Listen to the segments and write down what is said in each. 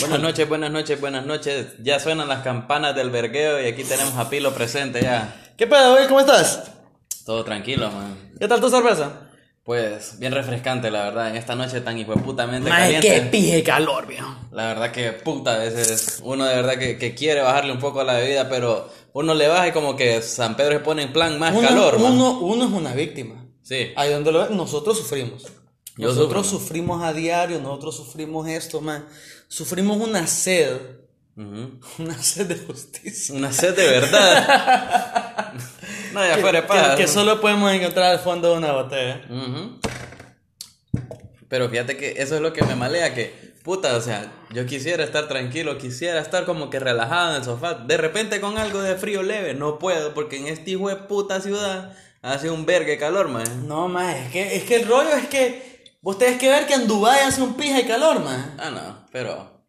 Buenas noches, buenas noches, buenas noches. Ya suenan las campanas del vergueo y aquí tenemos a Pilo presente ya. ¿Qué pedo, güey? ¿Cómo estás? Todo tranquilo, man. ¿Qué tal tu cerveza? Pues bien refrescante, la verdad, en esta noche tan hijueputamente Madre, caliente. qué pije calor, viejo. La verdad que puta, a veces uno de verdad que, que quiere bajarle un poco a la bebida, pero uno le baja y como que San Pedro se pone en plan más Uno- calor, man. uno, uno es una víctima. Sí. Ahí donde lo ves, nosotros sufrimos. Yo nosotros sufrimos a diario, nosotros sufrimos esto, man. Sufrimos una sed, Ujú. una sed de justicia. Una sed de verdad. no, ya fuera de paja, Que, que ¿no? solo podemos encontrar al fondo de una botella. Ujú. Pero fíjate que eso es lo que me malea, que puta, o sea, yo quisiera estar tranquilo, quisiera estar como que relajado en el sofá. De repente con algo de frío leve, no puedo, porque en este hijo de puta ciudad hace un vergue calor, man. No, man, es que, es que el rollo es que vos tenés que ver que en Dubái hace un pija de calor, man. Ah, no, pero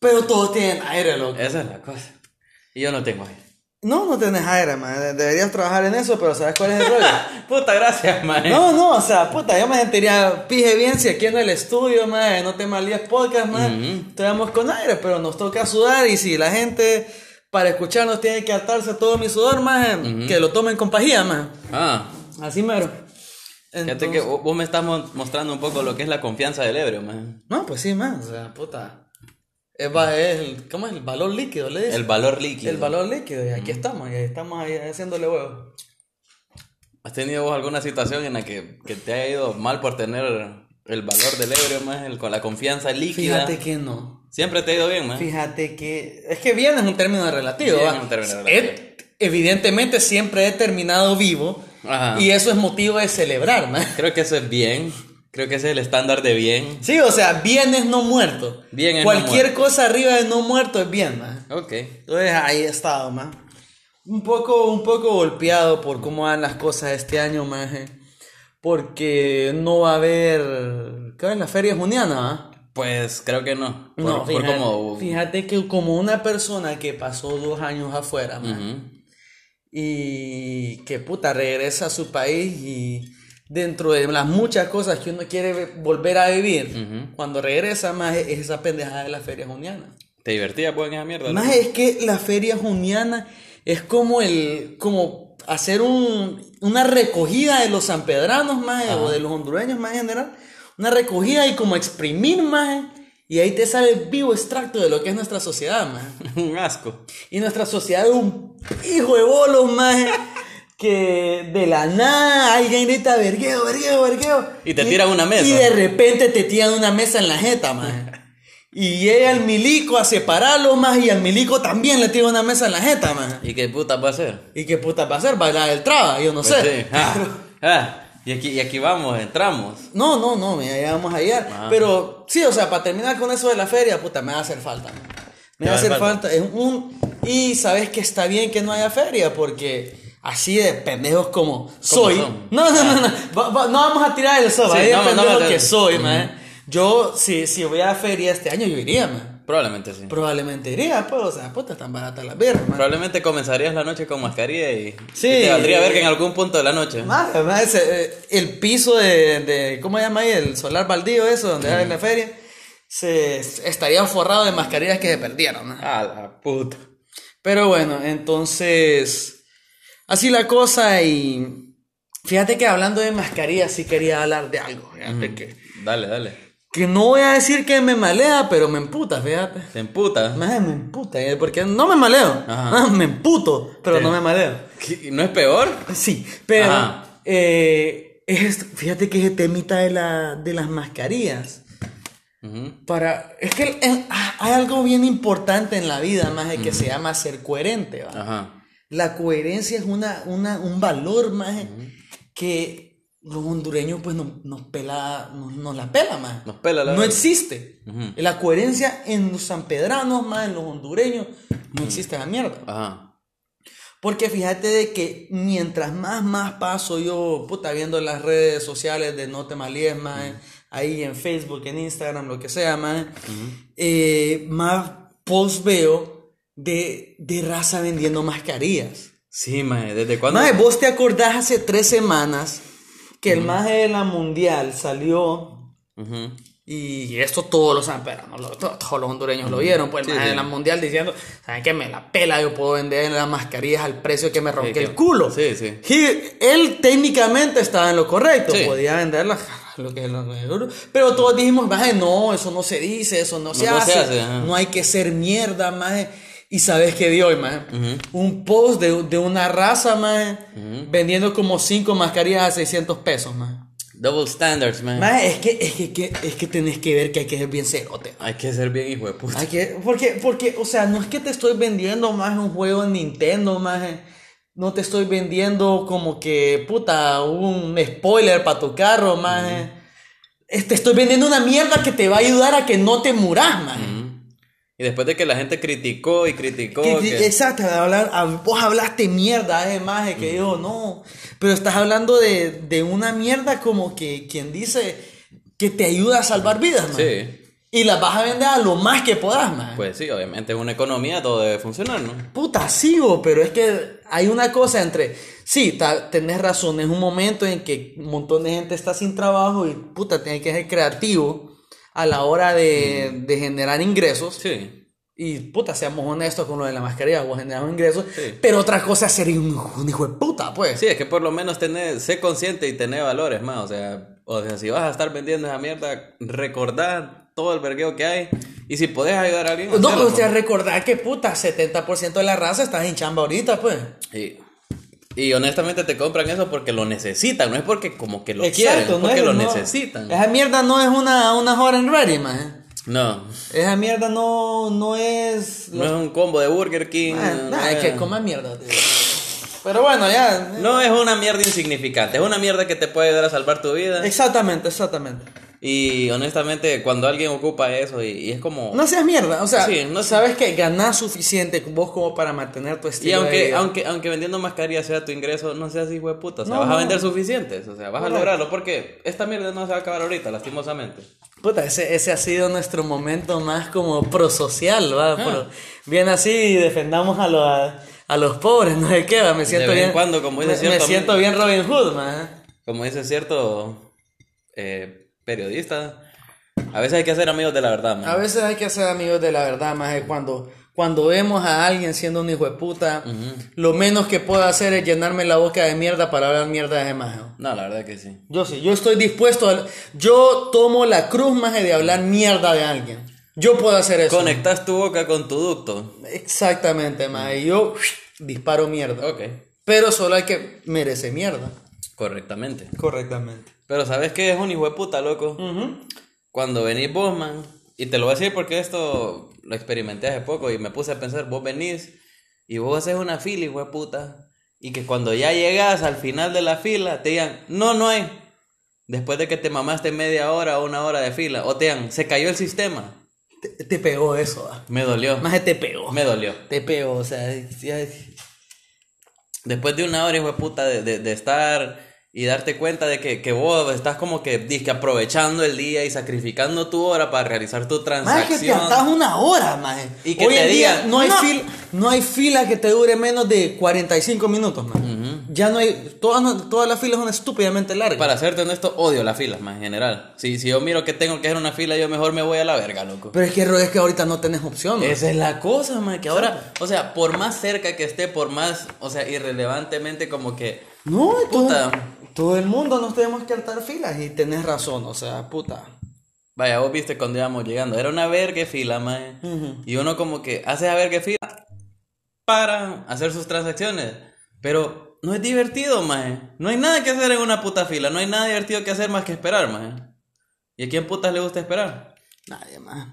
Pero todos tienen aire, loco. esa es la cosa. Y yo no tengo ahí. No, no tenés aire, man. De- Deberías trabajar en eso, pero ¿sabes cuál es el rollo? Puta, gracias, man. No, no, o sea, puta, yo me sentiría pije bien si aquí en el estudio, madre, no te malías podcast, madre, estamos con aire, pero nos toca sudar y si la gente para escucharnos tiene que hartarse todo mi sudor, madre, que lo tomen con pajía, madre. Ah, Así mero. fíjate que Entonces- vos vos me estás mo- mostrando un poco lo que es la confianza del ebrio, man. No, pues sí, man, o sea, puta. Es, va- es el, ¿Cómo es? El valor líquido, le dicen. El valor líquido. El valor líquido, y aquí estamos, y ahí estamos ahí haciéndole huevo. ¿Has tenido vos alguna situación en la que, que te haya ido mal por tener el valor del ebrio, más el, con la confianza líquida? Fíjate que no. Siempre te ha ido bien, más. Fíjate que es que bien es un término relativo. Bien ¿va? es un término He- relativo. evidentemente siempre he terminado vivo Ajá. y eso es motivo de celebrar, man. Creo que eso es bien. Creo que ese es el estándar de bien. Sí, o sea, bien es no muerto. Bien es no Cualquier muerto. cosa arriba de no muerto es bien, man. Ok. Entonces ahí he estado, man. Un poco, un poco golpeado por cómo van las cosas este año, man. eh. Porque no va a haber. ¿Qué es la feria juniana, va? Pues creo que no. Por, no, por fíjate, como... fíjate que como una persona que pasó dos años afuera, man, Ujú. y que puta regresa a su país y dentro de las muchas cosas que uno quiere ve- volver a vivir Ujú. cuando regresa más es esa pendejada de la feria juniana ¿Te divertías, pues, en esa mierda? más es que la feria juniana es como el como hacer un, una recogida de los sanpedranos más o de los hondureños más en general una recogida y como exprimir más y ahí te sale el vivo extracto de lo que es nuestra sociedad más Un asco. y nuestra sociedad es un hijo de bolos, maje. Que de la nada alguien grita vergueo, vergueo, vergueo. Y te tiran una mesa. Y de repente te tiran una mesa en la jeta, maje. Y llega el milico a separarlo, más Y al milico también le tira una mesa en la jeta, maje. ¿Y qué puta va a ser? ¿Y qué puta va a hacer? ¿Bailar el traba? Yo no Pues sé. sí. Ah, ah. Y, aquí, y aquí vamos, entramos. No, no, no, mira, ya vamos allá. Ah. Pero sí, o sea, para terminar con eso de la feria, puta, me va a hacer falta. man. Me Te va a hacer falta. falta. Es un... Y sabes que está bien que no haya feria, porque así de pendejos como soy. son? Ah. No, no, no, no. Va- va- no vamos a tirar el soba. Sí, ahí de no, no, pendejo no, no. que soy, Ujú. man. Yo, si, si voy a la feria este año, yo iría, man. Probablemente sí. Probablemente iría, pues, o sea, puta, tan barata la birra, man. Probablemente comenzarías la noche con mascarilla y, Sí. y te valdría ver que en algún punto de la noche. Madre, madre, ese, eh, el piso de, de- ¿cómo se llama ahí? El solar baldío, eso, donde hay la feria, se estaría forrado de mascarillas que se perdieron. ¿no? A la puta. Pero bueno, entonces, así la cosa y fíjate que hablando de mascarillas sí quería hablar de algo, fíjate que, Dale, dale. que no voy a decir que me malea, pero me emputa, fíjate. Te emputa. Madre, me emputa, ¿eh? porque no me maleo, Ajá. me emputo, pero Sí. no me maleo. ¿Qué? ¿No es peor? Sí, pero Ajá. eh, es- fíjate que ese temita de, la, de las mascarillas. Ujú. Para, es que el- ah, hay algo bien importante en la vida, más de que se llama ser coherente. ¿va? Ajá. La coherencia es una, una- un valor más que los hondureños pues no- nos, pela, nos, nos la pela más. Nos pela la No verga. existe. La coherencia en los sanpedranos más, en los hondureños, no existe la mierda. Ajá. Porque fíjate de que mientras más, más paso yo, puta, viendo las redes sociales de No Te Malíes, mae, ahí en Facebook, en Instagram, lo que sea, mae, eh, más post veo de, de raza vendiendo mascarillas. Sí, mae, ¿desde cuándo? Mae, vos te acordás hace tres semanas que el maje de la mundial salió Ujú. Y esto todos los sanperanos, lo- to- todos los hondureños lo vieron, pues Sí, más sí. en la mundial diciendo, ¿saben qué? Me la pela, yo puedo vender las mascarillas al precio que me ronque que- el culo. sí, sí. Y él técnicamente estaba en lo correcto, Sí. podía venderlas, lo que lo- lo- pero todos dijimos, maje, no, eso no se dice, eso no se no hace, se hace, ajá. no hay que ser mierda, maje. Y sabes qué dio, maje, un post de, de una raza, maje, vendiendo como cinco mascarillas a 600 pesos, maje. Double standards, man. Mae, es que, es que, que- es que tenés que ver que hay que ser bien cerote. Hay que ser bien hijo de puta. Hay que, porque, porque, o sea, no es que te estoy vendiendo más un juego en Nintendo, más. No te estoy vendiendo como que, puta, un spoiler para tu carro, más. Te estoy vendiendo una mierda que te va a ayudar a que no te muras, más. Y después de que la gente criticó y criticó. Que- que- que- Exacto, de hablar, a- vos hablaste mierda, eh, maje, que yo no. Pero estás hablando de, de una mierda como que quien dice que te ayuda a salvar vidas, maje. Sí. Y las vas a vender a lo más que podás, maje. Pues sí, obviamente en una economía todo debe funcionar, ¿no? Puta, sí, bo, pero es que hay una cosa entre. Sí, ta- tenés razón, es un momento en que un montón de gente está sin trabajo y puta, tenés que ser creativo a la hora de, de generar ingresos. Sí. Y puta, seamos honestos con lo de la mascarilla, vos generas ingresos. Sí. Pero otra cosa es ser un, un hijo de puta, pues. Sí, es que por lo menos tener, sé consciente y tener valores más. O sea, o sea, si vas a estar vendiendo esa mierda, recordar todo el vergueo que hay. Y si podés ayudar a alguien. no, hacerlo, pues. o sea, recordar que puta, 70% de la raza está en chamba ahorita, pues. Y, y honestamente te compran eso porque lo necesitan, no es porque como que lo quieren, Exacto, no porque es- Eh. lo no- necesitan. Esa mierda no es una, una hot and ready, man. No, Esa mierda no, no es. no es un combo de Burger King. Ah, no, nada, es- que coma mierda, tío. Pero bueno, ya. no es una mierda insignificante, es una mierda que te puede ayudar a salvar tu Eh. vida. Exactamente, exactamente. Y honestamente, cuando alguien ocupa eso y, y es como... No seas mierda, o sea, Sí, no- sabes que ganás suficiente vos como para mantener tu estilo y de aunque, vida. aunque, aunque vendiendo mascarillas sea tu ingreso, no seas hijo de puta. O sea, No, vas no. a vender suficientes. O sea, vas Correcto. a lograrlo. Porque esta mierda no se va a acabar ahorita, lastimosamente. Puta, ese, ese ha sido nuestro momento más como prosocial, Ah. ¿va? Pro- bien así, defendamos a, lo- a, a los pobres, no sé qué, ¿va? Me siento vez en bien. cuando, como dice me, me cierto- siento bien Robin Hood, man. Como dice cierto eh, periodista, a veces hay que hacer amigos de la verdad, man. A veces hay que ser amigos de la verdad, más cuando, cuando vemos a alguien siendo un hijo de puta, lo menos que puedo hacer es llenarme la boca de mierda para hablar mierda de más. No, la verdad que sí. Yo sí, yo estoy dispuesto a... Yo tomo la cruz más de hablar mierda de alguien. Yo puedo hacer eso. Conectas tu boca con tu ducto. Exactamente, más yo disparo mierda. Ok, Pero solo hay que merece mierda. correctamente. Correctamente. Pero ¿sabes qué es un hijo de puta, loco? Mm. Cuando venís vos, man, y te lo voy a decir porque esto lo experimenté hace poco y me puse a pensar, vos venís y vos haces una fila, hijo de puta, y que cuando ya llegas al final de la fila te digan, no, no hay. Después de que te mamaste media hora o una hora de fila, o te digan, se cayó el sistema. Te, te pegó eso, ah. Me dolió. Maje, te pegó. Me dolió. Te pegó, o sea... ya- Después de una hora, hijo de puta, de, de- de estar y darte cuenta de que, que vos estás como que, disque aprovechando el día y sacrificando tu hora para realizar tu Más que te transacción. atás una hora, más. Y que Hoy te en día digan, no hay, "No". Fila, no hay fila que te dure menos de 45 minutos, más. Ya no hay. Todas, no- todas las filas son estúpidamente largas. Para serte honesto, odio las filas, más en general. Si, si yo miro que tengo que hacer una fila, yo mejor me voy a la verga, loco. Pero es que el rollo es que ahorita no tenés opción. ma. Esa es la cosa, man, que ahora, o sea, por más cerca que esté, por más, o sea, irrelevantemente como que... No, y todo- Puta. todo el mundo nos tenemos que hartar filas y tenés razón, o sea, puta. Vaya, vos viste cuando íbamos llegando, era una verga fila, man. Ujú. Y uno como que hace a verga fila para hacer sus transacciones. Pero no es divertido, maje. No hay nada que hacer en una puta fila. No hay nada divertido que hacer más que esperar, maje. ¿Y a quién putas le gusta esperar? Nadie más.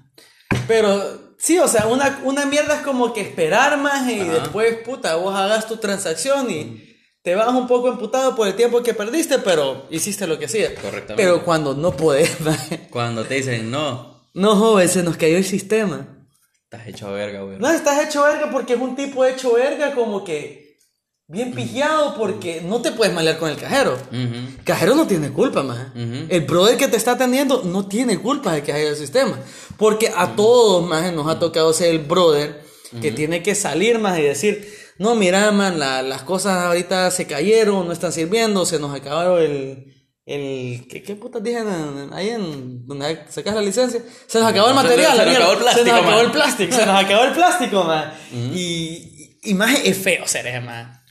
Pero sí, o sea, una, una mierda es como que esperar más y después, puta, vos hagas tu transacción y te vas un poco emputado por el tiempo que perdiste, pero hiciste lo que hacías. Correctamente. Pero cuando no podés, maje. Cuando te dicen, no, no, joven, se nos cayó el sistema. estás hecho verga, güey. No, estás hecho verga porque es un tipo hecho verga como que bien pillado porque no te puedes malear con el cajero. Ujú. Cajero no tiene culpa, más. El brother que te está atendiendo no tiene culpa de que haya el sistema. Porque a todos, más, nos ha tocado ser el brother que tiene que salir, más, y decir, no, mira, man, la- las cosas ahorita se cayeron, no están sirviendo, se nos acabaron el, el ¿qué, qué putas dije en- en- ahí en donde sacas la licencia? Se nos acabó el se- material, se la nos mierda. acabó el se plástico, nos acabó man. el plástico, se nos acabó el plástico, man. Y y más es feo ser ese man.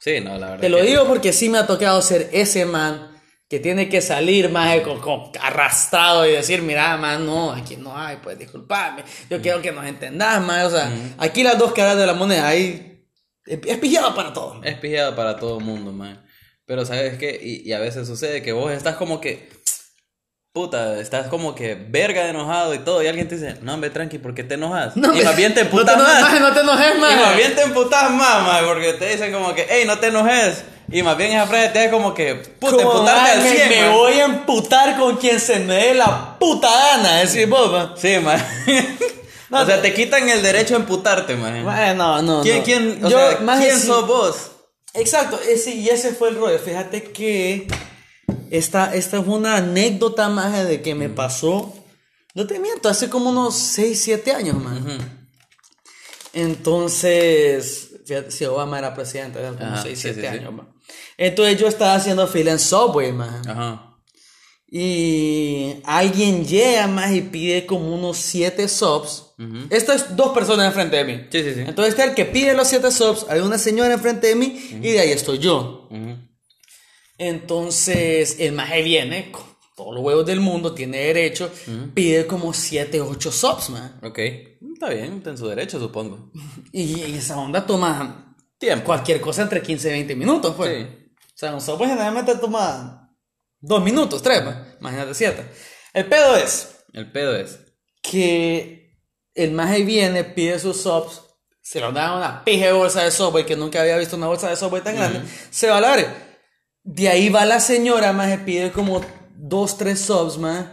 Sí, no, la verdad. Te lo que- digo porque sí me ha tocado ser ese man que tiene que salir más con, con- arrastrado y decir, mira, man, no, aquí no hay, pues disculpame, yo Mm. quiero que nos entendás, man, o sea, aquí las dos caras de la moneda, ahí es es pillado para todos. Es pijada para todo el mundo, man. Pero sabes qué, y, y a veces sucede que vos estás como que... Puta, estás como que verga de enojado y todo, y alguien te dice, no, hombre, tranqui, ¿por qué te enojas? y me- más bien te no te emputas enojes más. más, no te enojes más. Y más bien te emputas más, man, porque te dicen como que, hey, no te enojes. Y más bien esa frase te hace como que, puta, Como, emputarte al "Ay, me- 100, Me man". voy a emputar con quien se me dé la puta gana, decís vos, man. Sí, man. No, o sea, te quitan el derecho a emputarte, man. Bueno, no, no. ¿Quién, no. quién, o Yo, sea, más quién es- sos vos? Exacto, ese, y ese fue el rollo. Fíjate que esta, esta es una anécdota más de que me pasó. No te miento, hace como unos 6, 7 años, man. Entonces, fíjate, si Obama era presidente, eran como Ajá, 6, sí, sí, 7 sí. años, man. Entonces yo estaba haciendo fila en Subway, man. Ajá. Y alguien llega más y pide como unos 7 subs. Estas dos personas enfrente de mí. Sí, sí, sí. Entonces está el que pide los 7 subs, hay una señora enfrente de mí y de ahí estoy yo. Entonces el maje viene con todos los huevos del mundo, tiene derecho, pide como 7, 8 subs, man. Ok. Está bien, está en su derecho, supongo. Y, y esa onda toma Tiempo. cualquier cosa entre 15 y 20 minutos, pues. Sí. O sea, un software generalmente toma 2 minutos, 3, imagínate 7. El pedo es... El pedo es. que el maje viene, pide sus subs, se lo dan una pija de bolsa de software, que nunca había visto una bolsa de software tan grande, se va a la verga. De ahí va la señora, maje, pide como dos, tres subs, maje.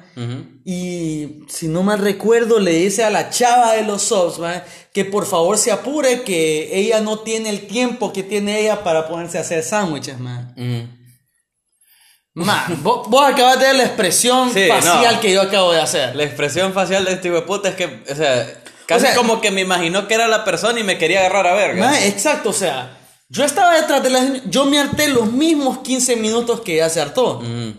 Y si no mal recuerdo, le dice a la chava de los subs, maje, que por favor se apure, que ella no tiene el tiempo que tiene ella para ponerse a hacer sándwiches, man. Man, vos, vos acabas de ver la expresión Sí, no. facial que yo acabo de hacer. La expresión facial de este hijo de puta es que, o sea, casi O sea- como que me imaginó que era la persona y me quería agarrar a verga. Ma, exacto, o sea, yo estaba detrás de la señora, yo me harté los mismos 15 minutos que ella se hartó. Ujú.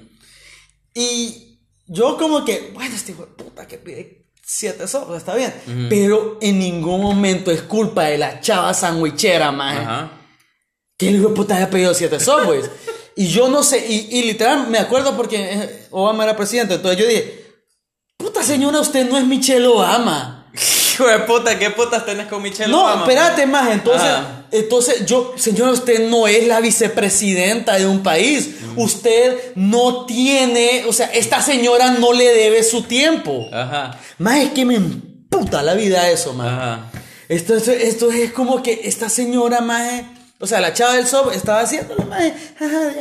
Y yo como que, bueno, este hijo de puta que pide 7 sobres, está bien. Pero en ningún momento es culpa de la chava sandwichera, man. Ajá. Que el hijo de puta haya pedido 7 sobres. y yo no sé, y, y literal me acuerdo porque eh, Obama era presidente, entonces yo dije, puta señora, usted no es Michelle Obama. Hijo de puta, ¿qué putas tenés con Michelle No, Obama? espérate más, entonces, Ajá. entonces yo, señora, usted no es la vicepresidenta de un país. Mm. Usted no tiene, o sea, esta señora no le debe su tiempo. Ajá. Más es que me emputa la vida eso, más. Ajá. Esto, esto, esto es como que esta señora, más, o sea, la chava del sob estaba haciéndole, más,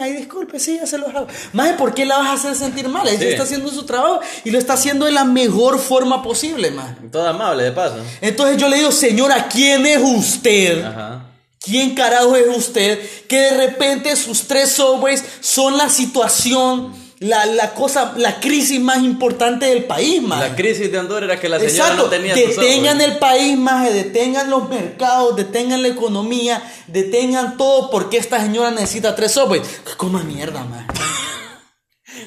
ay, disculpe, sí, ya se lo hago. Más, ¿por qué la vas a hacer sentir mal? Ella Sí. está haciendo su trabajo y lo está haciendo de la mejor forma posible, más. Todo amable, de paso. Entonces yo le digo, señora, ¿quién es usted? Ajá. ¿Quién carajo es usted? Que de repente sus tres subways son la situación, la, la cosa, la crisis más importante del país, man. La crisis de Honduras era que la señora Exacto, no tenía su detengan software. el país, maje, detengan los mercados, detengan la economía, detengan todo porque esta señora necesita tres subways. Coma mierda, man.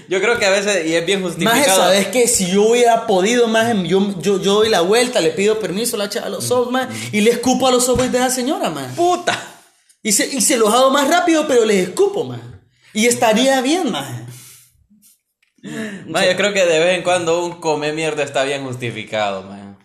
Yo creo que a veces, y es bien Maje, justificado. sabes que si yo hubiera podido, maje, yo, yo, yo doy la vuelta, le pido permiso a la chava de Mm. los subs, maje, y le escupo a los subways de la señora, man. ¡Puta! Y se, y se los hago más rápido, pero les escupo, más. Y estaría bien, más. Man, yo creo que de vez en cuando un come mierda está bien justificado, man.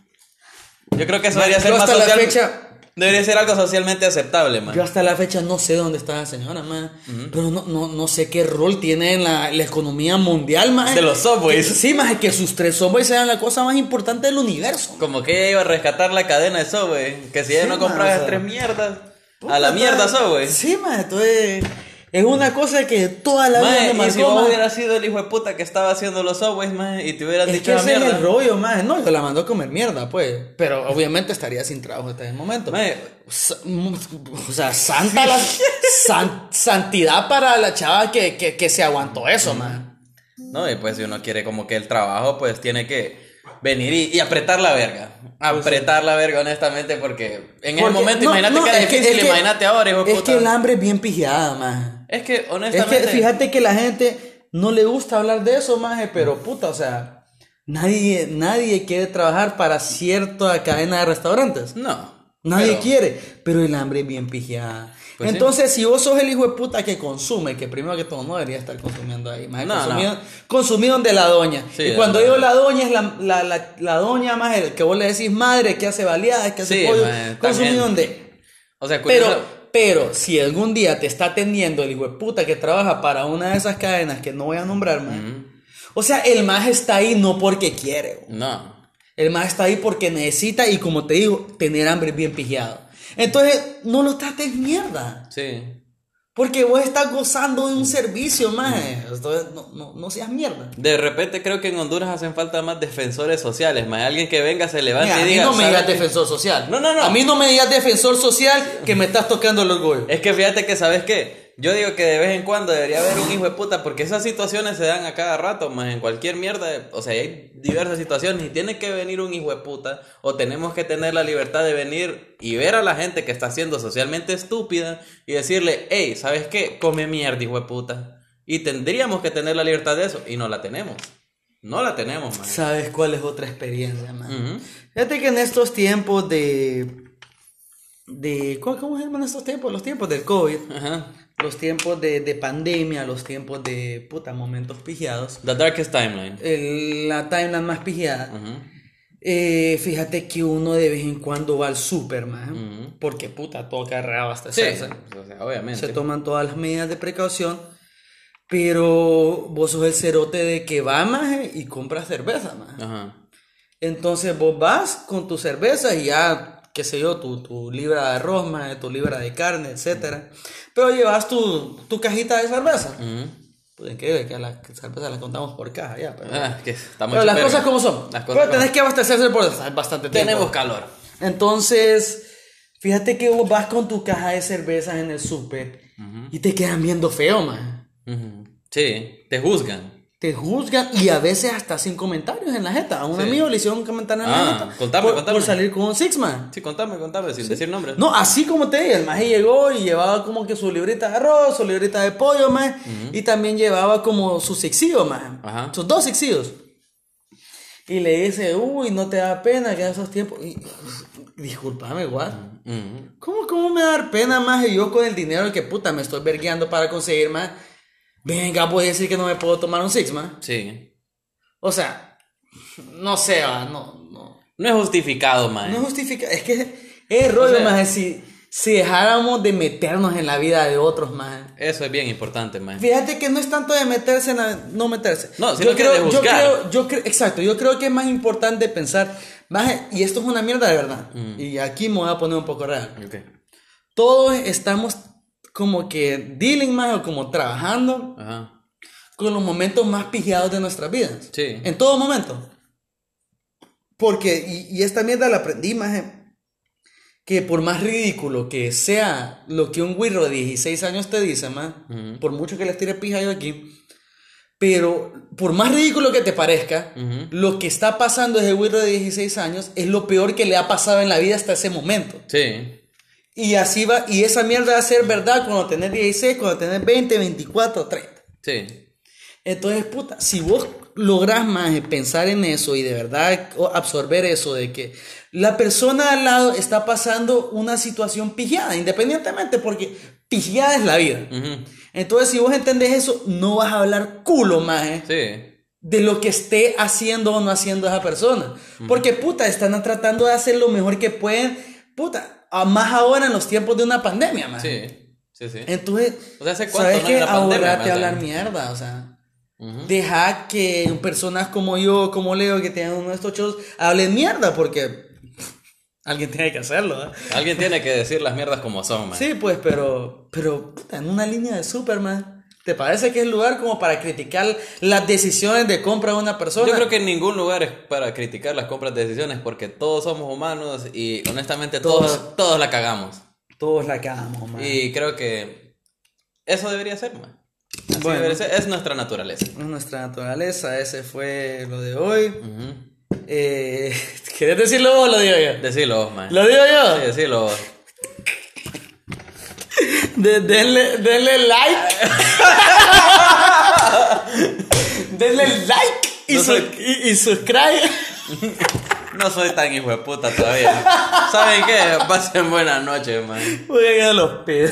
Yo creo que eso Man, debería ser yo más hasta la social- fecha- Debería ser algo socialmente aceptable, man. Yo hasta la fecha no sé dónde está la señora, más. Pero no, no, no sé qué rol tiene en la, la economía mundial, más. De los subways. Sí, más que sus tres subways sean la cosa más importante del universo. Como que ella iba a rescatar la cadena de Subway. Que si ella Sí, no man, compraba o esas sea. tres mierdas. a la mierda Subway. Sí, más. Entonces, es una cosa que toda la vida Mae, me y si marcó, vos maje. hubieras sido el hijo de puta que estaba haciendo los Subways, mae, y te hubieras Es dicho que la ese es el mierda. rollo, más. No, yo la mandó a comer mierda, pues. Pero obviamente estaría sin trabajo hasta ese momento. Mae, Sa- mu- O sea, santa la- san- santidad para la chava que, que, que se aguantó eso, man. no, y pues si uno quiere como que el trabajo, pues tiene que venir y, y apretar la verga. Apretar la verga, honestamente, porque en ese Pues Porque- momento, no, imagínate no, que era es que- difícil, es que- imagínate ahora, hijo de Es puta. que el hambre es bien pijada, man. Es que Es honestamente. que fíjate que la gente no le gusta hablar de eso, maje, pero puta, o sea, nadie, nadie quiere trabajar para cierta cadena de restaurantes. No. Nadie pero- quiere, pero el hambre es bien pijada. Pues sí. Entonces, si vos sos el hijo de puta que consume, que primero que todo no debería estar consumiendo ahí, más No, no. consumido, consumido de la doña. Sí, y cuando la- digo la doña, es la, la, la, la doña más el que vos le decís madre, que hace baleadas, que hace Sí, pollo, maje, consumido también. de. O sea, Pero, curioso- pero si algún día te está atendiendo el hijo de puta que trabaja para una de esas cadenas que no voy a nombrar, más O sea, el más está ahí no porque quiere. güey. No. El más está ahí porque necesita y como te digo, tener hambre bien pijado. Entonces, no lo trates mierda. Sí. Porque vos estás gozando de un servicio, maje. Entonces, no, no, no seas mierda. De repente creo que en Honduras hacen falta más defensores sociales, más alguien que venga, se levante Mira, a y mí diga. no me "¿Sabe digas qué? defensor social. No, no, no. A mí no me digas defensor social que me estás tocando el orgullo. Es que fíjate que, ¿sabes qué? Yo digo que de vez en cuando debería haber un hijo de puta, porque esas situaciones se dan a cada rato, más en cualquier mierda. de- O sea, hay diversas situaciones y tiene que venir un hijo de puta, o tenemos que tener la libertad de venir y ver a la gente que está siendo socialmente estúpida y decirle, hey, ¿sabes qué? Come mierda, hijo de puta. Y tendríamos que tener la libertad de eso, y no la tenemos. No la tenemos, man. ¿Sabes cuál es otra experiencia, man? Ujú. Fíjate que en estos tiempos de. de ¿cómo, cómo se llaman estos tiempos? Los tiempos del COVID, Ajá. los tiempos de, de pandemia, los tiempos de puta momentos pigiados. The Darkest Timeline. el- la timeline más pigiada. Ujú. Eh, fíjate que uno de vez en cuando va al Superman, Ujú. porque puta toca Sí, reabastecerse. o sea, obviamente. Se toman todas las medidas de precaución, pero vos sos el cerote de que va maje, y compras cerveza más. Ajá. Entonces vos vas con tu cerveza y ya, qué sé yo, tu, tu libra de arroz, maje, tu libra de carne, etcétera. Pero llevas tu, tu cajita de cerveza. Ujú. Pues increíble que la cerveza la contamos por caja ya. pues, Pero, Ah, que estamos pero las hechos verga. cosas como son. Las pero cosas tenés como- que abastecerse por bastante tiempo. Tenemos calor. Entonces, fíjate que vos vas con tu caja de cervezas en el súper y te quedan viendo feo, man. Ujú. Sí, te juzgan. Te juzgan y a veces hasta sin comentarios en la jeta. A un amigo le hicieron un comentario en la Ah, jeta contame, por, contame. por salir con un six man. Sí, contame, contame, sin decir nombres. No, así como te dije, el maje llegó y llevaba como que su librita de arroz, su librita de pollo, más y también llevaba como sus sexillos, más Ajá. sus dos sexillos. Y le dice, uy, no te da pena que en esos tiempos. Y, disculpame, guau. Ujú. ¿Cómo, ¿Cómo me va a dar pena, más yo con el dinero que puta me estoy vergueando para conseguir, más Venga, voy a decir que no me puedo tomar un six, más Sí. O sea, no sé, va, no, no. No es justificado, man. No justifica, es que es rollo, sea- más si, si dejáramos de meternos en la vida de otros, más Eso es bien importante, man. Fíjate que no es tanto de meterse en la- no meterse. No, sino que de yo buscar. creo, yo creo, exacto, yo creo que es más importante pensar, maje, y esto es una mierda de verdad, Mm. y aquí me voy a poner un poco real. Ok. Todos estamos como que dealing más o como trabajando Ajá. con los momentos más pijados de nuestras vidas. Sí. En todo momento. Porque, y, y esta mierda la aprendí, más que por más ridículo que sea lo que un güiro de 16 años te dice, más Ujú. por mucho que les tire pija yo aquí, pero por más ridículo que te parezca, Ujú. lo que está pasando ese güiro de 16 años es lo peor que le ha pasado en la vida hasta ese momento. Sí. Y así va, y esa mierda va a ser verdad cuando tenés 16, cuando tenés 20, 24, 30. Sí. Entonces, puta, si vos lográs más en pensar en eso y de verdad o- absorber eso de que la persona al lado está pasando una situación pijada, independientemente, porque pijada es la vida. Ujú. Entonces, si vos entendés eso, no vas a hablar culo más eh, Sí. de lo que esté haciendo o no haciendo esa persona. Porque, puta, están tratando de hacer lo mejor que pueden, puta, a- más ahora en los tiempos de una pandemia, más. Sí. Sí, sí. Entonces, O sea, ¿hace cuánto ¿sabes no qué? hay una pandemia, Ahorrate más, hablar eh? mierda, o sea. Ujú. Deja que personas como yo, como Leo, que tienen uno de estos shows, hablen mierda, porque alguien tiene que hacerlo. ¿eh? Alguien tiene que decir las mierdas como son, man. Sí, pues, pero, pero puta, en una línea de Superman, ¿te parece que es lugar como para criticar las decisiones de compra de una persona? Yo creo que en ningún lugar es para criticar las compras de decisiones porque todos somos humanos y honestamente todos, todos la cagamos. todos la cagamos, man. Y creo que eso debería ser, man. Así Bueno. debería ser. Es nuestra naturaleza. Es nuestra naturaleza, ese fue lo de hoy. Ujú. Eh, ¿Querés decirlo vos o lo digo yo? Decilo vos, man. ¿Lo digo yo? Sí, decilo vos. De- denle, denle like. Denle like y, No su- soy- y, y subscribe. No soy tan hijo de puta todavía. ¿Saben qué? Pasen buena noche, man. Voy a quedar los pedos.